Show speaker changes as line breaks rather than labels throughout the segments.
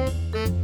好的，好的，好的，
好的，好的，好的，好的，
好的，好的，好的，好的，好的，好的，
好的，好的，
好的，好的，好的，好的，好的，好的，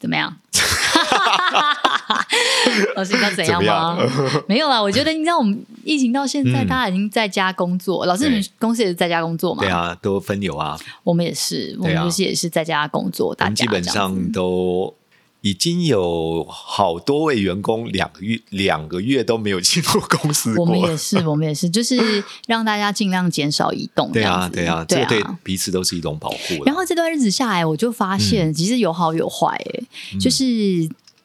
怎么样？ 老师，你知道怎样吗？
怎
没有啦，我觉得你知道，我们疫情到现在，
嗯
大家已经在家工作。老师，你们
对
公司也是在家工作吗？
对，啊，都分流 啊，
我们也是，我
对
们
啊
公司也是在家工作。
我
大家
们基本
这样子
上都已经有好多位员工两个月两个月都没有进入公司
我们
过
也。是， 我们也是，就是让大家尽量减少移动。
对
这
啊
样，子
对啊，这
对
个对嗯彼此都是一种保护
然
了。
后这段日子下来，我就发现其实有好有坏、欸，就是。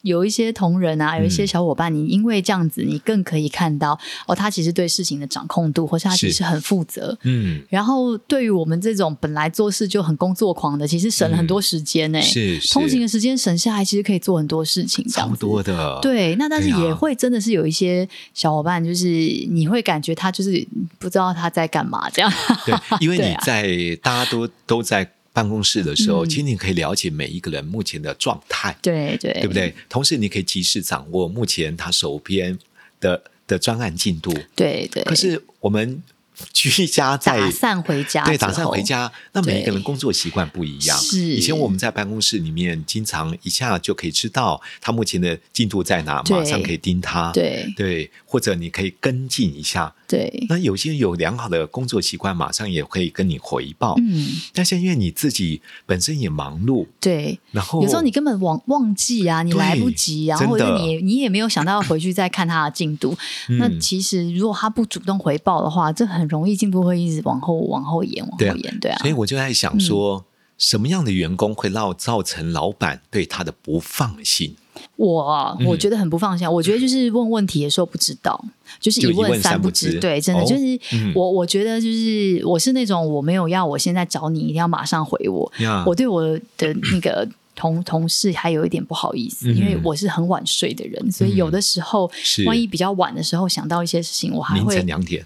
有一些同仁啊，有一些
嗯
小伙伴，你因为这样子，你更可以看到哦，他其实对事情的掌控度，或是他
是
其实很负责。
嗯，
然后对于我们这种本来做事就很工作狂的，其实省了很多时间呢、
嗯是是，
通勤的时间省下来，其实可以做很多事情，这样
超
子
多的。，
对，那但是
对啊
也会真的是有一些小伙伴，就是你会感觉他就是不知道他在干嘛这样。
对，因为
对
你
啊
在、大家都都在办公室的时候，
嗯
其实你可以了解每一个人目前的状态，
对对，
对不？对？同时，你可以及时掌握目前他手边的的专案进度。
对对。
可是我们居家在
打散回家，
对打散回。家，那每一个
对
人工作习惯不一样。
是
以前我们在办公室里面，经常一下就可以知道他目前的进度在哪，
对
马上可以盯他。
对
对，或者你可以跟进一下。
对，
那有些人有良好的工作习惯，马上也会跟你回报。
嗯，
但是因为你自己本身也忙碌，
对。
然后
有时候你根本忘忘记啊，你
哦对
来不及啊，
真的
或者是你你也没有想到回去再看他的进 度。那
嗯
其实如果他不主动回报的话，这很容易进度会一直往后往后延，往
对啊
后延。对啊嗯
所，以我就在想说，什么样的员工会让造成老板对他的不放心？
我啊
嗯
我觉得很不放心啊，我觉得就是问问题的时候不知道，就是
就
一
一问
问
三
不
不知
对，真的、
哦
就是
嗯
我我觉得就是我是那种我没有要我现在找你一定要马上回我，
呀
我对我的那个同同事还有一点不好意思，
嗯
因为我是很晚睡的人，所以有的时候、
是
万一比较晚的时候想到一些事情，我还
凌
啊会
晨两点，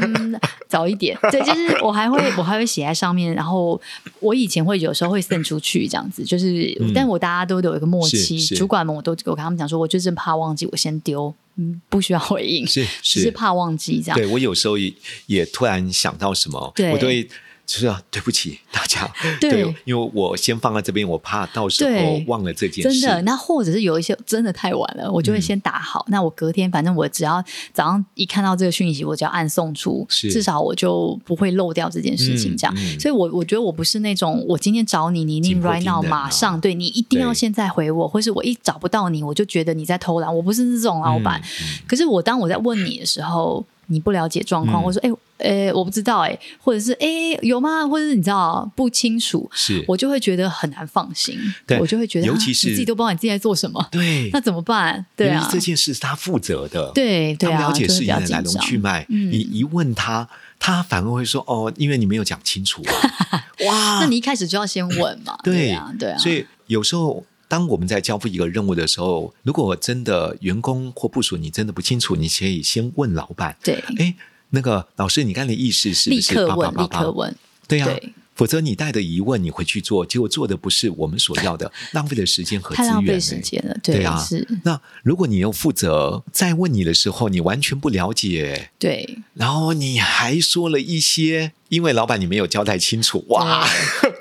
嗯 早一点。对，就是我还会我还会写在上面，然后我以前会有时候会送出去这样子，就是、
嗯
但我大家都有一个默契
是，是
主管们我都我跟他们讲说，我就是怕忘记，我先丢，嗯，不需要回应，
是
只是怕忘记这样。
对我有时候也也突然想到什么，
对
我都会。就是、啊、对不起 大家，
对
因为我先放在这边，我怕到时候
对
忘了这件事。
真的，那或者是有一些真的太晚了，我就会
嗯
先打好。那我隔天反正我只要早上一看到这个讯息，我只要按送出，
是
至少我就不会漏掉这件事情。
嗯
这样，
嗯
所以我我觉得我不是那种我今天找你，你一定
紧迫
right
盯
now
人啊
马上对你一定要
对
现在回我，或是我一找不到你，我就觉得你在偷懒。我不是这种老板，
嗯
可是我当我在问你的时候，你不了解状况，
嗯
或者说哎。诶，我不知道哎、或者是哎、有吗？或者是你知道不清楚，
是
我就会觉得很难放心，
对
我就会觉得，
尤
啊
其是
你自己都不知道你自己在做什么，
对
那，怎么办？对
因
啊
为，这件事是他负责的，
对对
他
啊，
了解
就会
事
比
情
较
的来
紧
龙
张
去脉，
嗯
你一问他，他反而会说哦，因为你没有讲清楚 啊，哇，
那你一开始就要先问嘛，对
对
啊，对啊，
所以有时候。当我们在交付一个任务的时候，如果真的员工或部署你真的不清楚，你可以先问老板。
对，
哎，那个老师，你刚才的意思是
嗯
不
立
是
刻
叭叭
问，
叭
立
叭
刻问，
对啊呀、
对
否则你带着疑问，你回去做，结果做的不是我们所要的，浪费了时间和资
太
源、
浪费
哎
时间了，
对啊
是，
那如果你又负责，再问你的时候，你完全不了解，
对，
然后你还说了一些，因为老板你没有交代清楚，哇，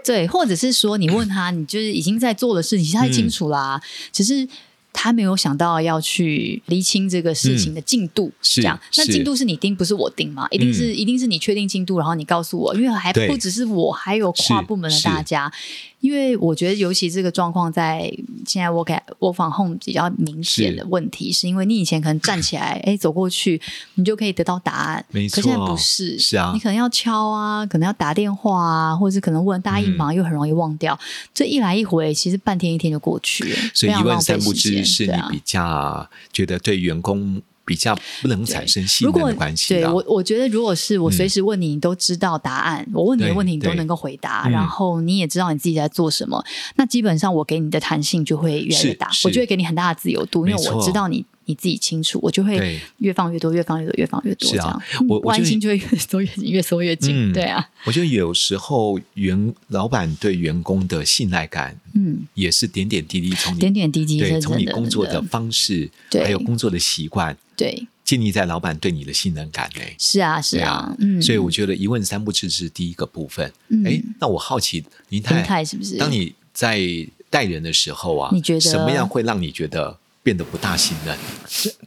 对，或者是说你问 他，你就是已经在做的事情，他也清楚啦，
嗯
只是。他没有想到要去厘清这个事情的进度，
是
这样。那
嗯是嗯
进度是你定，不是我定嘛？一定是、一定是你确定进度，然后你告诉我，因为还
对
不只是我，还有跨
是
部门的
是
大家。因为我觉得，尤其这个状况在现在 work at work from home 比较明显
是
的问题，是因为你以前可能站起来，哎，走过去，你就可以得到答案，
没
可现在
错
不是，
是啊
你可能要敲啊，可能要打电话啊，或者是可能问大家一忙，又很容易忘掉。这一来一回，其实半天一天就过去了，
所
非
以一
常
问
浪费
三不
时间啊
知是你
对啊
比较觉得对员工比较不能产生信
如
任
果
的关系
对
啦。
我，我觉得如果是我
嗯
随时问你，你都知道答案，我问你的
对
问题你都
对
能够回答，
嗯
然后你也知道你自己在做什么，那基本上我给你的弹性就会越来越
是
大，
是
我就会给你很大的自由度，因为
没
我
错
知道你你自己清楚，我就会
对
越放越多，越放越多，越放越多，
是
这
啊
样
我
嗯
我觉
弯
得
心就会越缩越紧，越缩越紧，
嗯
对啊，
我觉得有时候员老板对员工的信赖感
嗯，
也是点点滴滴从你
点点滴滴是
对
真
从你工作
真
的方式，
对
还有工作的习惯，
对，
建立在老板对你的信任感嘞。
是啊，是
对
啊
啊，
嗯，
所以我觉得一问三不知是第一个部分。
嗯
哎、那我好奇林
心
太，
态是不是？
当你在带人的时候啊，
你觉得
什么样会让你觉得变得不大信任？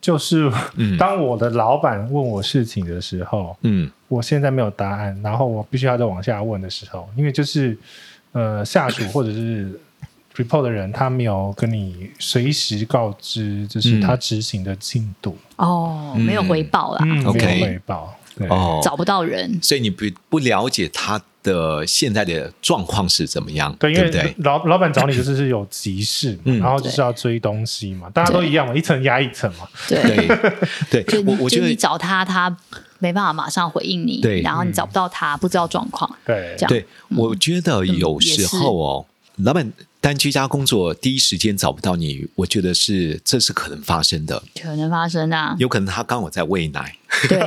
就是
嗯
当我的老板问我事情的时候，
嗯，
我现在没有答案，然后我必须要再往下问的时候，因为就是呃下属或者是 report 的人，他没有跟你随时告知，就是
嗯
他执行的进度，
哦，没有
嗯
回报啦，
嗯，没
OK
有汇报，对，
哦，
找不到人，
所以你不不了解他的现在的状况是怎么样，
对，因
不对
为？ 老老板找你就是是有急事嘛，
嗯
然后就是要追东西嘛，大家都一样嘛，一层压一层嘛，
对。
对，
就
对我我觉
就你
得
找他，他没办法马上回应你，
对嗯
然后你找不到他，不知道状况，
对
这，样
对，我
嗯
觉得有时候哦，老板单居家工作第一时间找不到你，我觉得是这是可能发生的，
可能发生啊，
有可能他刚好在喂奶，
对，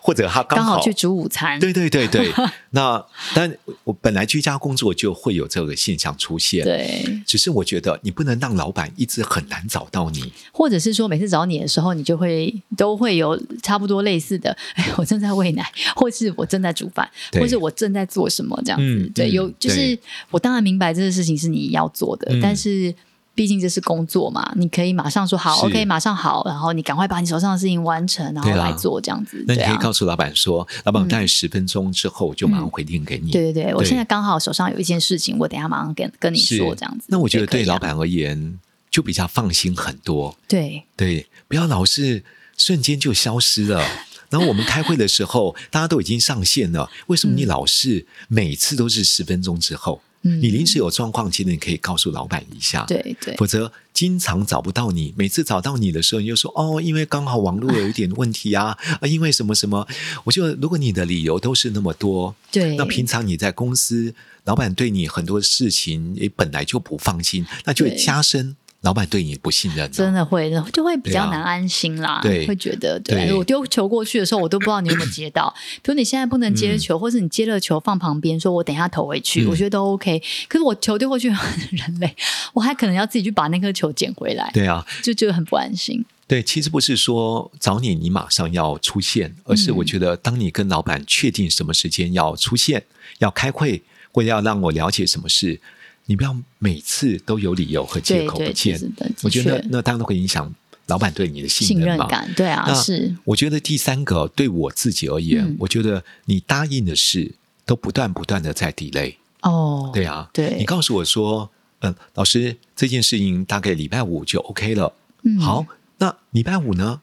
或者他
刚
好
好去煮午餐，
对对 对对，那但我本来居家工作就会有这个现象出现，
对，
只是我觉得你不能让老板一直很难找到你，
或者是说每次找你的时候，你就会都会有差不多类似的， 哎，我正在喂奶，或是我正在煮饭，
对
或是我正在做什么这样子
嗯，
对，
嗯
有就是
对
我当然明白这个事情是你要做的
嗯，
但是。毕竟这是工作嘛，你可以马上说好
是
，OK，马上好，然后你赶快把你手上的事情完成，然后
对啦
来做这样子。
那你
对
可以
啊。
告诉老板说，老板我大概十分钟之后我就马上回电给你，
嗯对对对，我
对
现在刚好手上有一件事情，我等一下马上跟跟你
是
说这样子。
那我觉得
也可以
对
啊
老板而言就比较放心很多，
对
对，不要老是瞬间就消失 了。然后我们开会的时候，大家都已经上线了，为什么你老是每次都是十分钟之后？
嗯
你临时有状况，其实你可以告诉老板一下，
对对
否则经常找不到你。每次找到你的时候，你就说哦，因为刚好网络有一点问题啊，啊，因为什么什么。我觉得如果你的理由都是那么多，
对，
那平常你在公司，老板对你很多事情也本来就不放心，那就会
对
加深老板对你不信任、哦。
真的会就会比
对
较
啊
难安心啦，
对
会觉得对
对
我丢球过去的时候，我都不知道你有没有接 到。比如你现在不能接球，或是你接了球放旁边，说我等一下投回去，
嗯
我觉得都 OK。可是我球丢过去人类， 我还可能要自己去把那颗球捡回来，
对啊，
就就很不安心。
对，其实不是说找你你马上要出现，而是
嗯
我觉得当你跟老板确定什么时间要出现、要开会，或者要让我了解什么事，你不要每次都有理由和借
对
口不
对，其
见
实。的，的
我觉得
确
那当然会影响老板对你的信
信
任
任
嘛。
感，对啊，
那
是
我觉得第三个对我自己而言，
嗯
我觉得你答应的事都不断不断的在 delay。
哦，
对啊，
对
你告诉我说，嗯，老师这件事情大概礼拜五就 OK 了。
嗯
好，那礼拜五呢？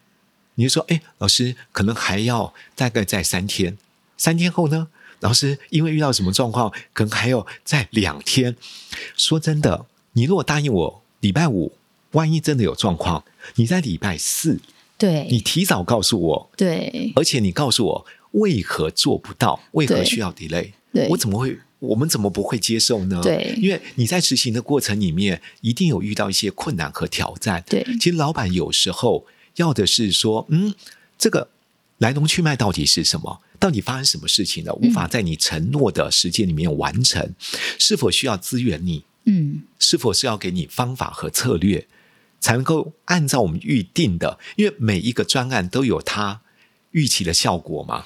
你就说，哎，老师可能还要大概在三天，三天后呢，老师因为遇到什么状况，可能还要在两天。说真的，你如果答应我礼拜五，万一真的有状况，你在礼拜四，你
对
提早告诉我，
对
而且你告诉我为何做不到，为何
对
需要 delay，
对
我怎么会？我们怎么不会接受呢？
对
因为你在执行的过程里面，一定有遇到一些困难和挑战。
对
其实老板有时候要的是说，嗯，这个来龙去脉到底是什么？到底发生什么事情了？无法在你承诺的时间里面完成，是否需要支援你？
嗯。
是否是要给你方法和策略，才能够按照我们预定的？因为每一个专案都有它预期的效果嘛。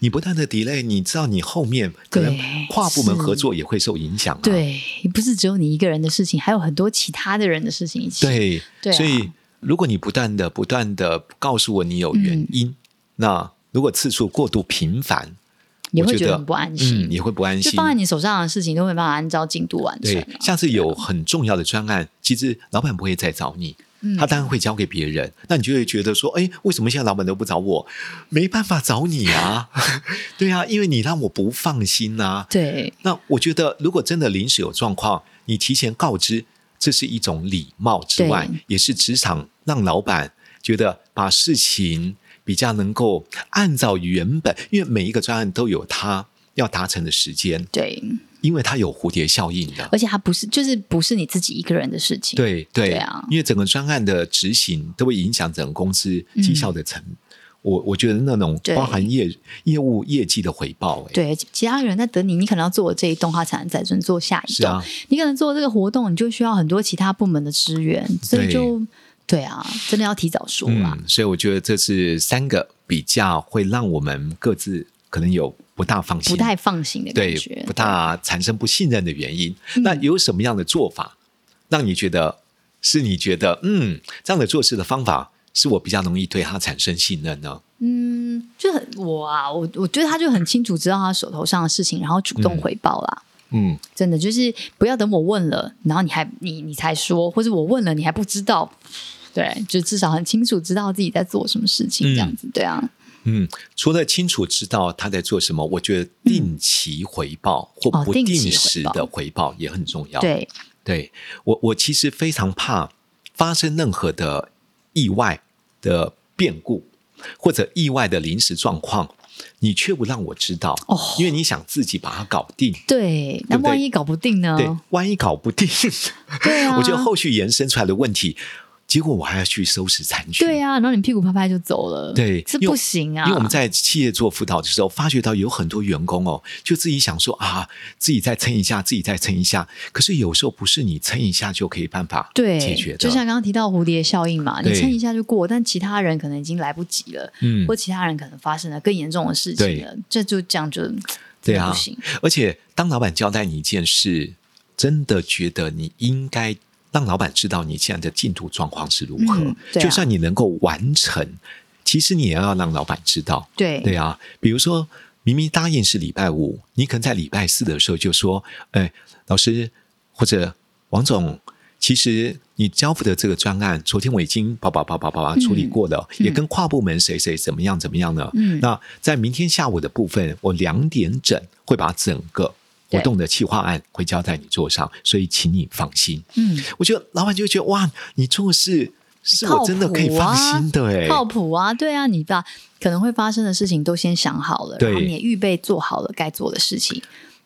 你不断的 delay，你知道你后面可能
对
跨部门
是
合作也会受影响、啊。
对，不是只有你一个人的事情，还有很多其他的人的事情一起。，
对，
对啊
所以如果你不断的、不断的告诉我你有原因，
嗯
那如果次数过度频繁，
也
我
会
觉
觉
得
得很不安心
嗯，也会不安
就
心。
放在你手上的事情都没办法按照进度完成、
对
啊。，
下次有很重要的专案，其实老板不会再找你，
嗯
他当然会交给别人。那你就会觉得说，哎，为什么现在老板都不找我？没办法找你啊， 对啊，因为你让我不放心呐、
对
那我觉得，如果真的临时有状况，你提前告知，这是一种礼貌之外
对，
也是职场让老板觉得把事情比较能够按照原本，因为每一个专案都有它要达成的时间，
对，
因为它有蝴蝶效应的。
而且它不是就是不是你自己一个人的事情，
对对
对啊
因为整个专案的执行都会影响整个公司
嗯
绩效的成。我我觉得那种
对
包含业业务业绩的回报、哎，
对，其他人在等你，你可能要做这一栋，他才能再能做下一
是
栋。
啊
你可能做这个活动，你就需要很多其他部门的支援，所以
对
就对啊，真的要提早说啊啦。
嗯，所以我觉得这是三个比较会让我们各自可能有不大放心、
不太放心的感
对
觉，嗯
不大产生不信任的原因。那有什么样的做法让你觉得是你觉得嗯这样的做事的方法是我比较容易对他产生信任呢？
嗯，就很我啊，我我觉得他就很清楚知道他手头上的事情，然后主动
嗯
回报啦。
嗯，
真的就是不要等我问了，然后你还你你才说，或者我问了你还不知道，对，就至少很清楚知道自己在做什么事情，
嗯
这样子，对啊，
嗯，除了清楚知道他在做什么，我觉得定期回报或
哦
不
定
定
期
时
回报
的回报也很重要。
对，
对我，我其实非常怕发生任何的意外的变故或者意外的临时状况，你却不让我知道，
哦
因为你想自己把它搞定。
对，那
对不对
万一搞不定呢？
对，万一搞不定，
嗯 对啊，
我觉得后续延伸出来的问题，结果我还要去收拾残局。
对啊，然后你屁股拍拍就走了，
对
这
因为
不行啊，
因为我们在企业做辅导的时候，发觉到有很多员工哦，就自己想说啊，自己再撑一下，自己再撑一下。可是有时候不是你撑一下就可以办法
对
解决的，
就像刚刚提到蝴蝶效应嘛，你
对
撑一下就过，但其他人可能已经来不及了，
嗯
或其他人可能发生了更严重的事情
对
了，这就这样就
对
真的
啊
不行，
而且，当老板交代你一件事，真的觉得你应该让老板知道你现在的进度状况是如何。
嗯对啊
就算你能够完成，其实你也要让老板知道。
对
对啊，比如说明明答应是礼拜五，你可能在礼拜四的时候就说：“哎，老师或者王总。”其实你交付的这个专案，昨天我已经叭叭叭叭叭叭处理过了，
嗯
也跟跨部门谁谁怎么样怎么样了。
嗯
那在明天下午的部分，我两点整会把整个活动的企划案会交在你桌上，所以请你放心。
嗯，
我觉得老板就会觉得哇，你做事是我真的可以放心的哎、
靠谱啊，对啊，你把可能会发生的事情都先想好了，
对
然后你也预备做好了该做的事情，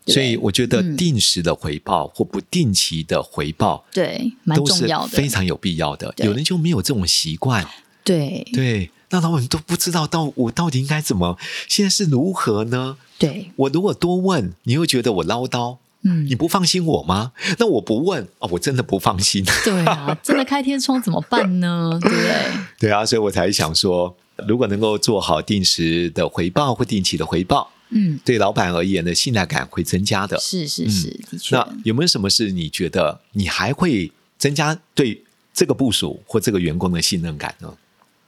对
所以我觉得
嗯
定时的回报或不定期的回报
对，蛮
都
重
是
要的，
非常有必要的。
对
有人就没有这种习惯，
对
对，那老板都不知道到我到底应该怎么，现在是如何呢？
对，
我如果多问，你又觉得我唠叨，
嗯
你，不放心我吗？那我不问啊、我真的不放心。
对啊，真的开天窗怎么办呢？ 对不对？
对啊，所以我才想说，如果能够做好定时的回报或定期的回报，
嗯，
对老板而言的信赖感会增加的。
是是
嗯
是，的确，
那有没有什么是你觉得你还会增加对这个部署或这个员工的信任感呢？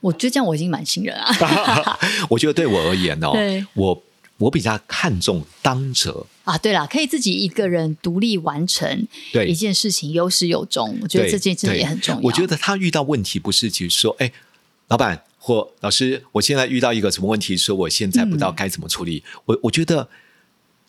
我觉得这样我已经蛮信任啊。
我觉得对我而言哦
对，
我我比较看重当责，
啊，对啦，可以自己一个人独立完成
对
一件事情，有始有终。我觉得
对
这件真的
对
也很重要。
我觉得他遇到问题不是就是说，哎，老板或老师，我现在遇到一个什么问题，说我现在不知
嗯
道该怎么处理。我我觉得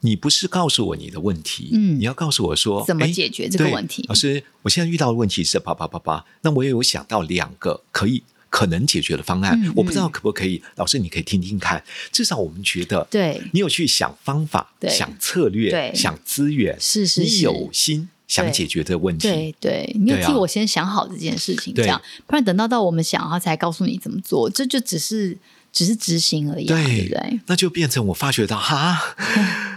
你不是告诉我你的问题，
嗯
你要告诉我说
怎么
哎
解决这个
对
问题嗯
老师，我现在遇到的问题是叭叭叭叭，那我也有想到两个可以。可能解决的方案，
嗯
我不知道
嗯
可不可以。老师，你可以听听看，至少我们觉得，
对
你有去想方法、
对
想策略
对、
想资源，
是是
你
是
有心想
对
解决这个问题，
对对，你有
对啊
替我先想好这件事情，
对
这样，不然等到到我们想，他才告诉你怎么做，这就只是只是执行而已、啊，对不对？
那就变成我发觉 到哈，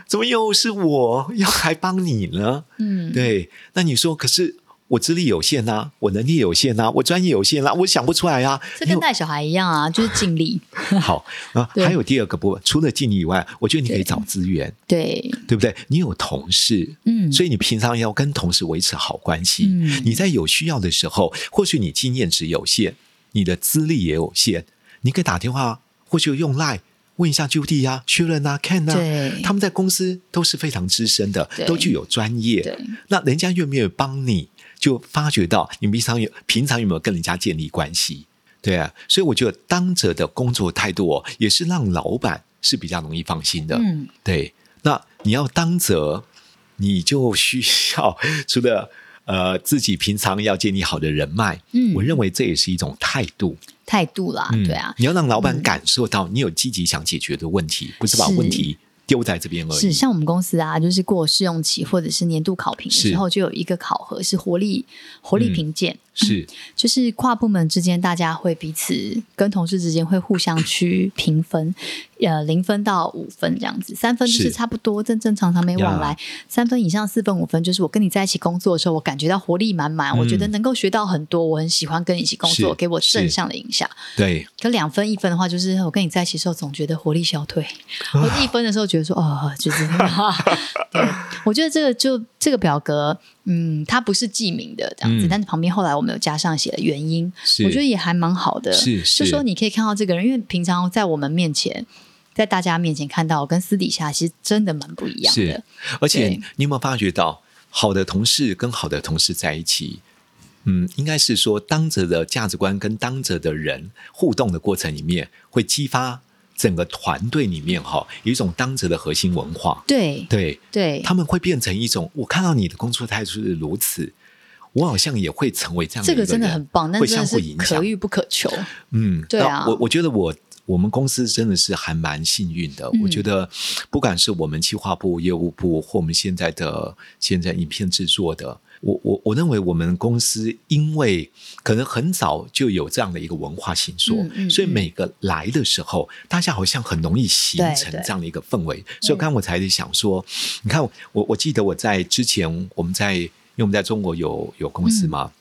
怎么又是我要还帮你呢？
嗯，
对，那你说，可是我资历有限呐、我能力有限呐、我专业有限呐、我想不出来啊。
这
你
跟
有
带小孩一样啊，就是尽力，
好啊，
对
还有第二个部分，除了尽力以外，我觉得你可以
对
找资源，
对，
对不对？你有同事。
嗯，
所
以
以你平常要跟同事维持好关系。
嗯
你在有需要的时候，或许你经验值有限，你的资历也有限，你可以打电话，或许用 Line 问一下 Judy 啊、确认啊、Ken 啊
对，
他们在公司都是非常资深的
对，
都具有专业
对。
那人家愿不愿意帮你，就发觉到你平常有平常有没有跟人家建立关系。对啊，所以我觉得当者的工作态度哦，也是让老板是比较容易放心的。
嗯，
对，那你要当责，你就需要 除了呃自己平常要建立好的人脉，
嗯
我认为这也是一种态度，
态度啦，
嗯
对啊，
你要让老板感受到你有积极想解决的问题，不是把
是
问题丢在这边而
是
已。
像我们公司啊，就是过试用期或者是年度考评的
是
时候，就有一个考核是活力活力
嗯
评鉴，
是
就是跨部门之间，大家会彼此跟同事之间会互相去评分，呃，零分到五分这样子，三分就是是差不多正正常常没往来，三分以上四分五分就是我跟你在一起工作的时候，我感觉到活力满满，我觉得能够学到很多，我很喜欢跟你一起工
嗯是
作，给我正
是
向的影响。
对，
可两分一分的话，就是我跟你在一起的时候，总觉得活力消 退；我一分的时候，觉得说哦，就是 对。我觉得这个就这个表格，嗯，它不是记名的这样子，
嗯
但是旁边后来我们有加上写了原因，
是
我觉得也还蛮好的。
是是
就说你可以看到这个人，因为平常在我们面前，在大家面前看到，跟私底下其实真的蛮不一样的
是。， 而且
对
你有没有发觉到，好的同事跟好的同事在一起，嗯，应该是说当着的价值观跟当着的人互动的过程里面，会激发整个团队里面哈有一种当着的核心文化。
对
对，
对，
他们会变成一种，我看到你的工作态度是如此，我好像也会成为这样的
这
一个
个真
人。
的很棒，但
会
真的
相互
是
影响
可。遇不可求。
嗯，
对啊
那我我觉得我我们公司真的是还蛮幸运的。
嗯
我觉得不管是我们企划部、业务部，或我们现在的现在影片制作的，我我我认为我们公司因为可能很早就有这样的一个文化形塑，
嗯嗯
所以
嗯
每个来的时候，大家好像很容易形成
对对嗯
这样的一个氛围。所以刚刚我才想说，你看我我记得我在之前我们在因为我们在中国有有公
嗯
司嘛。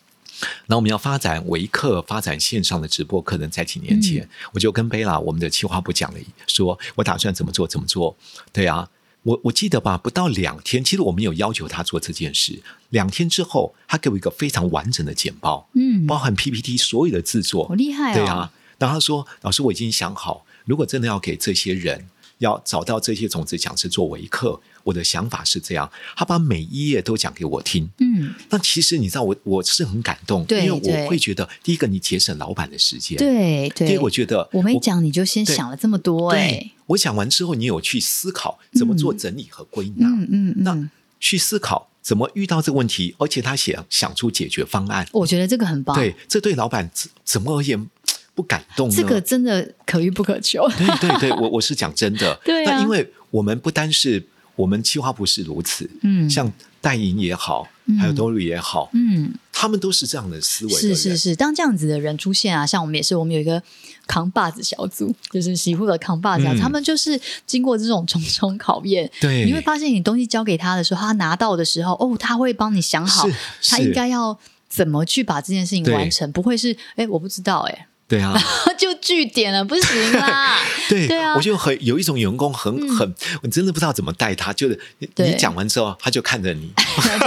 然后我们要发展维客，发展线上的直播课程，在几年前，
嗯
我就跟贝拉我们的企划部讲了，说我打算怎么做怎么做。对啊，我我记得吧，不到两天，其实我们有要求他做这件事。两天之后，他给我一个非常完整的简报，
嗯，
包含 PPT 所有的制作，
好厉害哦！
对啊，然后他说：“老师，我已经想好，如果真的要给这些人，要找到这些种子讲师作为课，我的想法是这样。”他把每一页都讲给我听。
嗯，
那其实你知道我，我是很感动，
对
因为
对
我会觉得，第一个你节省老板的时间，
对
第
对，
啊二个我觉得
我没讲你就先
对
想了这么多、欸，
对我讲完之后，你有去思考怎么做整理和归纳，
嗯嗯
那
嗯，
去思考怎么遇到这个问题，而且他想想出解决方案。
我觉得这个很棒，
对，这对老板怎怎么而言不感动呢？
这个真的可遇不可 求。
对对对，我我是讲真的。
对啊
那因为我们不单是我们企划部是如此，
嗯
像戴莹也好，
嗯
还有 Dory 也好，
嗯，
他们都是这样的思维的
是
人。
是是，当这样子的人出现啊，像我们也是，我们有一个扛把子小组，就是洗护的扛把子小组、
嗯
他们就是经过这种重重考验，
对
你会发现你东西交给他的时候，他拿到的时候，哦，他会帮你想好
是，
他
是
应该要怎么去把这件事情
对
完成，不会是哎、我不知道哎、
对啊，
就据点了，不行 啦。
对，
对啊嗯
我就很有一种员工很、很，我真的不知道怎么带他，就是你
对
你讲完之后，他就看着你，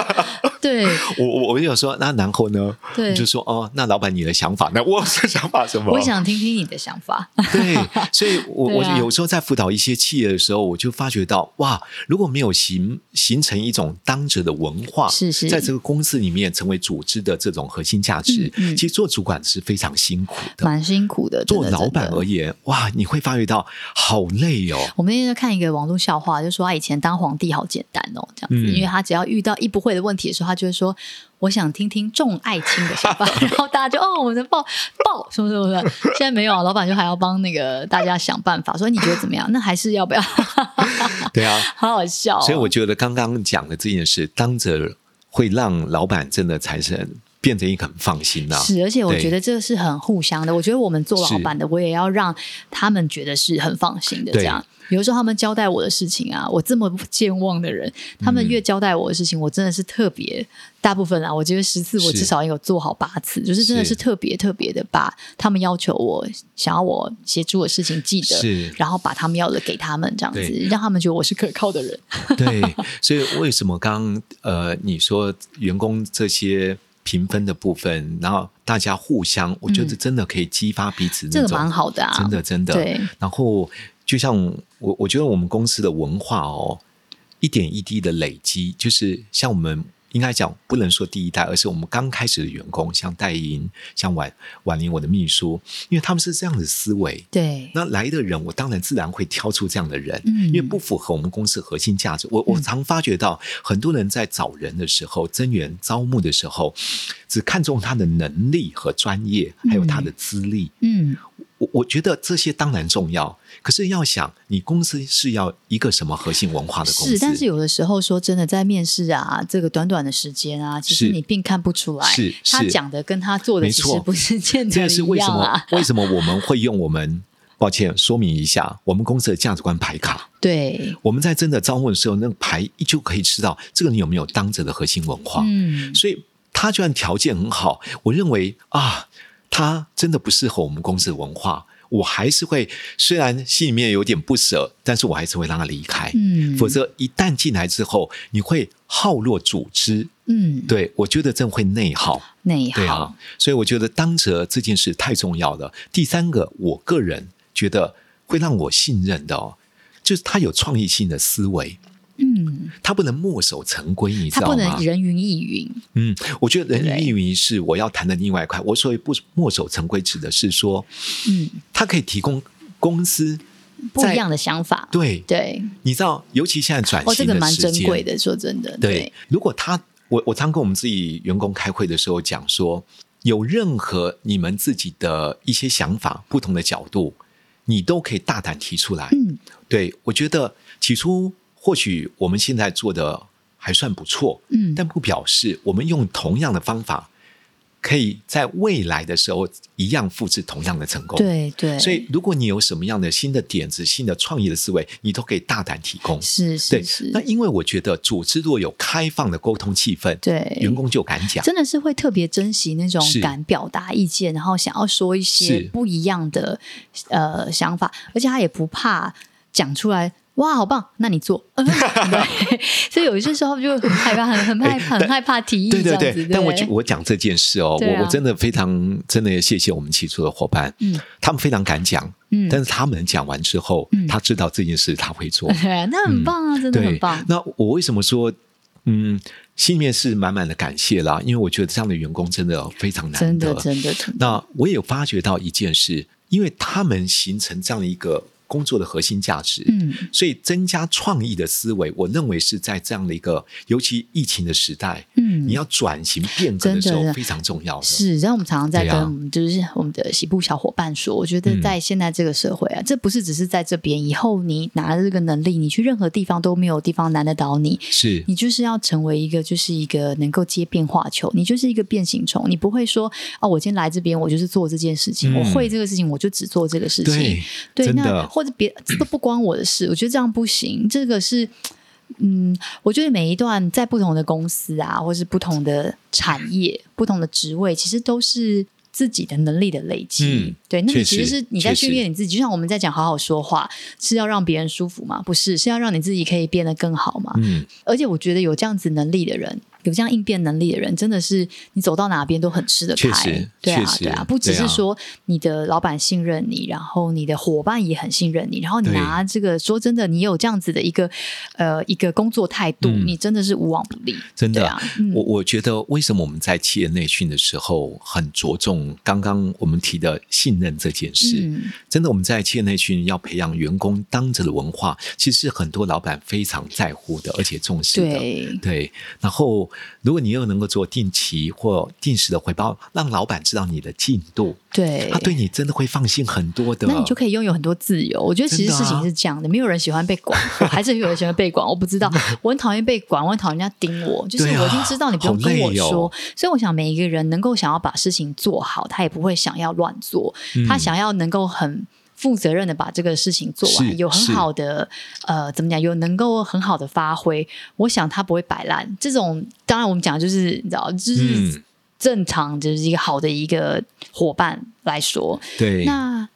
对
我我我就说那然后呢，
对
你就说哦，那老板你的想法，那 我的想法什么？
我想听听你的想法。
对，所以 我
对
我
啊
有时候在辅导一些企业的时候，我就发觉到，哇，如果没有形形成一种当着的文化，
是是
在这个公司里面成为组织的这种核心价值，
嗯嗯
其实做主管是非常辛苦的。
蛮辛苦的，
做
真的
老板
真的
而言，哇，你会发觉到好累 哦。
我们那天就看一个网络笑话，就说哎他以前当皇帝好简单哦，这样子，因
嗯
为他只要遇到一不会的问题的时候，他就会说：“ 我想听听众爱卿的 想法。”然后大家就哦，我的报报什么什么的。现在没有啊，老板就还要帮那个大家想办法，说你觉得怎么样？那还是要不要？
对啊，
好好笑哦、
所以我觉得刚刚讲的这件事，当着会让老板真的产生变成一个很放心呐、
是，而且我
啊对
觉得这是很互相的。我觉得我们做老
是
板的，我也要让他们觉得是很放心的。这
对
样，有的时候他们交代我的事情啊，我这么健忘的人，他
嗯
们越交代我的事情，我真的是特别大部分啊，我觉得十次我
是
至少有做好八次，就是真的
是
是特别特别的把他们要求我想要我协助的事情记
是
得，然后把他们要的给他们，这样子
对
让他们觉得我是可靠的人。
对，所以为什么刚刚呃你说员工这些评分的部分，然后大家互相，我觉得真的可以激发彼此
嗯这
那
个
种，
蛮好的啊，
真的真的。
对，
然后就像我，我觉得我们公司的文化哦，一点一滴的累积，就是像我们应该讲不能说第一代，而是我们刚开始的员工，像戴莹、像婉婉玲，我的秘书，因为他们是这样的思维。
对，
那来的人，我当然自然会挑出这样的人，
嗯
因为不符合我们公司核心价值。我我常发觉到，很多人在找人的时候、增援招募的时候，只看重他的能力和专业，还有他的资历。
嗯，
我我觉得这些当然重要，可是要想你公司是要一个什么核心文化的公司，
是，但是有的时候说真的，在面试啊，这个短短的时间啊，其实
是
你并看不出来，
是
他
是
讲的跟他做的
没
其
错
实不是见
这
得
也是为
一
什
样
么、
啊。
为什么我们会用我们。抱歉，说明一下，我们公司的价值观牌卡，
对，
我们在真的招募的时候，那个牌依旧可以知道这个你有没有当着的核心文化。
嗯，
啊所以他就算条件很好，我认为啊，他真的不适合我们公司的文化，我还是会虽然心里面有点不舍，但是我还是会让他离开。
嗯
否则一旦进来之后，你会耗落组织。
嗯，
对，我觉得这会内耗，
内行
对啊，所以我觉得当责这件事太重要了。第三个，我个人觉得会让我信任的哦，就是他有创意性的思维，
嗯，
他不能墨守成规，你知
他
道吗？
不能人云亦云，
嗯，我觉得人
对
云亦云是我要谈的另外一块。我所谓不墨守成规，指的是说，
嗯，
它可以提供公司
不
在
一样的想法，
对，
对，
你知道，尤其现在转
哦，这
型
个
的
蛮
时
珍
间，
贵的，说真的，
对，如果他，我我常跟我们自己员工开会的时候讲说，有任何你们自己的一些想法、不同的角度，你都可以大胆提出来。
嗯，
对我觉得起初或许我们现在做的还算不错，
嗯，
但不表示我们用同样的方法，可以在未来的时候一样复制同样的成功。。
对对，
所以，如果你有什么样的新的点子、新的创意的思维，你都可以大胆提供。
是
对
是是，，
那因为我觉得组织若有开放的沟通气氛，
对
员工就敢讲。
真的是会特别珍惜那种
是
敢表达意见，然后想要说一些
是
不一样的呃想法，而且他也不怕讲出来。哇，好棒！那你做， 嗯对，所以有些时候就很害怕，很很害怕，
哎但
很害怕提议
对
这
对
样子。
对，但我觉
对
我讲这件事哦，
对啊
我我真的非常真的谢谢我们起初的伙伴，
嗯
他们非常敢讲，
嗯，
但是他们讲完之后，
嗯
他知道这件事他会做，
对那很棒啊， 真的
对，
很棒。
那我为什么说，嗯，心里面是满满的感谢啦？因为我觉得这样的员工真的非常难
真
得。
的，真的，真的，
那我也有发觉到一件事，因为他们形成这样的一个工作的核心价值，
嗯，
所以增加创意的思维，我认为是在这样的一个，尤其疫情的时代，
嗯
你要转型变革的时
真
候
的
非常重要的。
是，然后我们常常在
对
跟
啊
我们、就是我们的喜部小伙伴说，我觉得
嗯
在现在这个社会啊，这不是只是在这边，以后你拿了这个能力，你去任何地方都没有地方难得倒你。
是
你就是要成为一个，就是一个能够接变化球，你就是一个变形虫，你不会说啊，我今天来这边，我就是做这件事情，
嗯
我会这个事情，我就只做这个事情
对。
对，
真
那
的
或者别这都不关我的事，我觉得这样不行。这个是，嗯，我觉得每一段在不同的公司啊，或是不同的产业、不同的职位，其实都是。自己的能力的累积，
嗯
对，那你
确
其实
实
是你在
确实
训练你自己，就像我们在讲好好说话，是要让别人舒服吗？不是，是要让你自己可以变得更好嘛。
嗯，
而且我觉得有这样子能力的人，有这样应变能力的人，真的是你走到哪边都很吃得
确
开
实。
对啊
确，实
对啊，不只
对
是
啊
说你的老板信任你，然后你的伙伴也很信任你，然后你
对
拿这个说真的，你有这样子的一个呃一个工作态度，
嗯
你真的是无往不利。
真的，
对啊嗯
我我觉得为什么我们在企业内训的时候很着重刚刚我们提的信任这件事？
嗯，
真的，我们在企业内训要培养员工当责的文化，其实是很多老板非常在乎的，而且重视的。
对，
对，然后如果你又能够做定期或定时的回报，让老板知道你的进度，
对，
他对你真的会放心很多的。
那你就可以拥有很多自由。我觉得其实
真的
事
啊
情是这样的，没有人喜欢被管， 还是有人喜欢被管。我不知 道，我很讨厌被管，我很讨厌人家盯我。就是
对啊
我已经知道你不用
好
跟
累
我说，
哦
所以我想每一个人能够想要把事情做好，他也不会想要乱做，
嗯
他想要能够很。负责任的把这个事情做
是
完，有很
是
好的呃，怎么讲？有能够很好的发挥，我想他不会摆烂。这种当然我们讲就是你知道，就是
嗯
正常，就是一个好的一个伙伴来说，
对，
那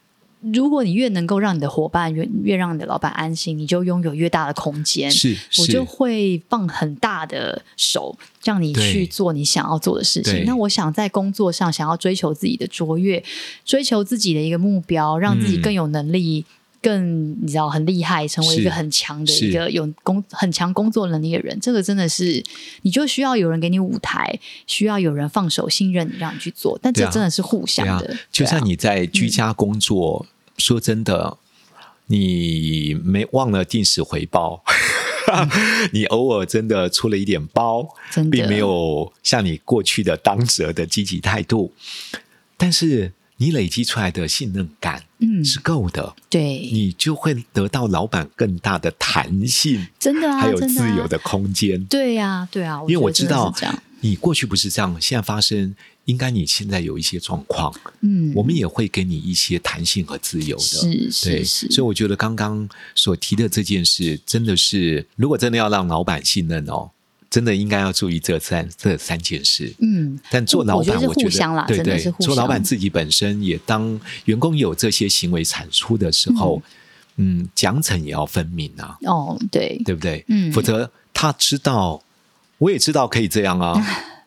如果你越能够让你的伙伴越越让你的老板安心，你就拥有越大的空间。
是
我
是
就会放很大的手，让你
对
去做你想要做的事情
对。
那我想在工作上想要追求自己的卓越，追求自己的一个目标，让自己
嗯
更有能力。更你知道很厉害，成为一个很强的
是
一个有工很强工作能力的人，这个真的是你就需要有人给你舞台，需要有人放手信任你，让你去做，但
对
这
啊
真的是互相
对啊
的。啊嗯对啊，
就算你在居家工作，说真的，你没忘了定时回 报。你偶尔真的出了一点包
真，的
并没有像你过去的当责的积极态度，但是你累积出来的信任感
嗯，
是够的，
对，
你就会得到老板更大的弹性，
真的啊，
还有
真
自
啊
由的空间。
对呀、啊，对啊，
因为我
觉得
知
真的
道
是这样，
你过去不是这样，现在发生，应该你现在有一些状况，
嗯，
我们也会给你一些弹性和自由的。
是是
对，
是，
所以我觉得刚刚所提的这件事，真的是如果真的要让老板信任哦，真的应该要注意这三这三件事。
嗯，
但做
我
老
我觉
板，
得是
我觉
互相
得
啦
对
真的
对
是，互
做老板
相
自己本身也当员工有这些行为产出的时候，嗯，奖惩也要分明啊。
哦，对，
对不对？
嗯
否则他知道，我也知道可以这 样啊。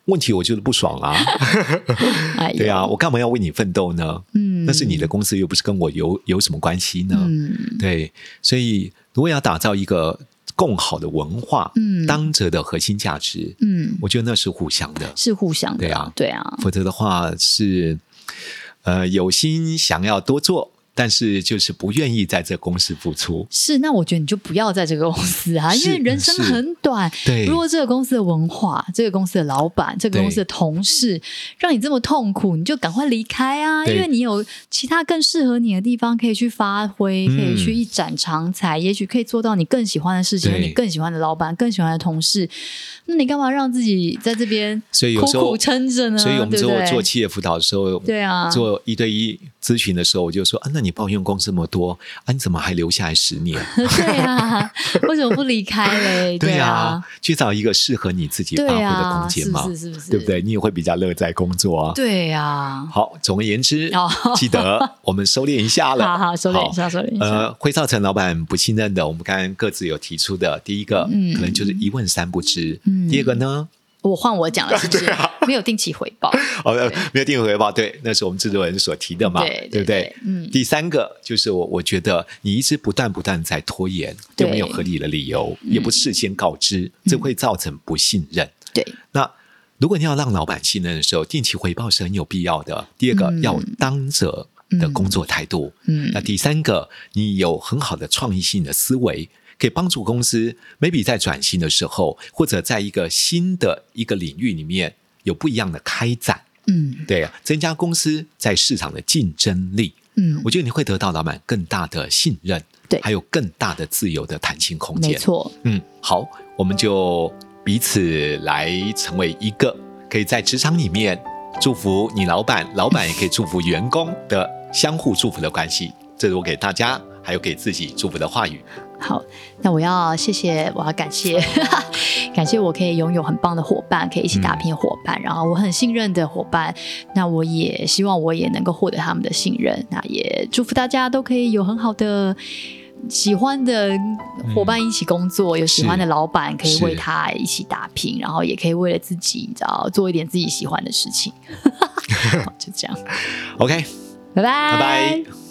问题我就是不爽啊，
哎呦
对啊，，我干嘛要为你奋斗呢？
嗯，
那是你的公司，又不是跟我有有什么关系呢？
嗯，
对，所以如果要打造一个共好的文化，
嗯
当责的核心价值，
嗯，
我觉得那是互相的，
是互相的，
对啊
对啊，
否则的话是，呃，有心想要多做，但是就是不愿意在这公司付出。
是，那我觉得你就不要在这个公司啊，因为
是
人生
是
很短。
对，
如果这个公司的文化、这个公司的老板、这个公司
对
的同事让你这么痛苦，你就赶快离开啊！因
对
为你有其他更适合你的地方可以去发挥，可以去
嗯
一展长才，也许可以做到你更喜欢的事情，有你
对
更喜欢的老板、更喜欢的同事。那你干嘛让自己在这边
所以有
苦
时候
苦撑着呢？
所以我们
啊对不
做
对
做企业辅导的时候，
对啊
做一对一咨询的时候，我就说啊，那你抱怨公司这么多，啊，你怎么还留下来十 年？
对啊，为什么不离开嘞？
对
啊，
去找一个适合你自己发
对
挥的
啊，
空
是
间
不
嘛，
是？是不是？
对不对？？你也会比较乐在工作啊。
对啊，
好，总而言之，
哦
记 得我们收敛一下了。
好好收敛一下，收敛一下。
呃，会造成老板不信任的，我们刚刚各自有提出的，第一个、
嗯
可能就是一问三不知，
嗯
第二个呢，
我换我讲了，是不是？没有定期回报，
哦，呃没有定额回报，对，那是我们制作人所提的嘛，
对
不
对？嗯，
第三个就是我，我觉得你一直不断不断在拖延，
对嗯
又没有合理的理由，也不事先告知，这会造成不信任。
对，
那如果你要让老板信任的时候，定期回报是很有必要的。第二个，
嗯
要有当责的工作态度。
嗯
那第三个，你有很好的创意性的思维。可以帮助公司，maybe 在转型的时候，或者在一个新的一个领域里面有不一样的开展，
嗯
对，啊增加公司在市场的竞争力。
嗯
我，觉得你会得到老板更大的信任，
对
还有更大的自由的弹性空间。
没，错，
嗯，好，我们就彼此来成为一个可以在职场里面祝福你老板，老板也可以祝福员工的相互祝福的关系。这是我给大家还有给自己祝福的话语。
好，那我要谢谢，我要感谢， 感谢我可以拥有很棒的伙伴，可以一起打
嗯
拼的伙伴，然后我很信任的伙伴，那我也希望我也能够获得他们的信任，那也祝福大家都可以有很好的。喜欢的伙伴一起工作，有喜
嗯是
欢的老板可以
是
为他一起打拼，然后也可以为了自己，你知道，做一点自 己喜欢的事情。好就这样，
OK，
拜拜，
拜拜。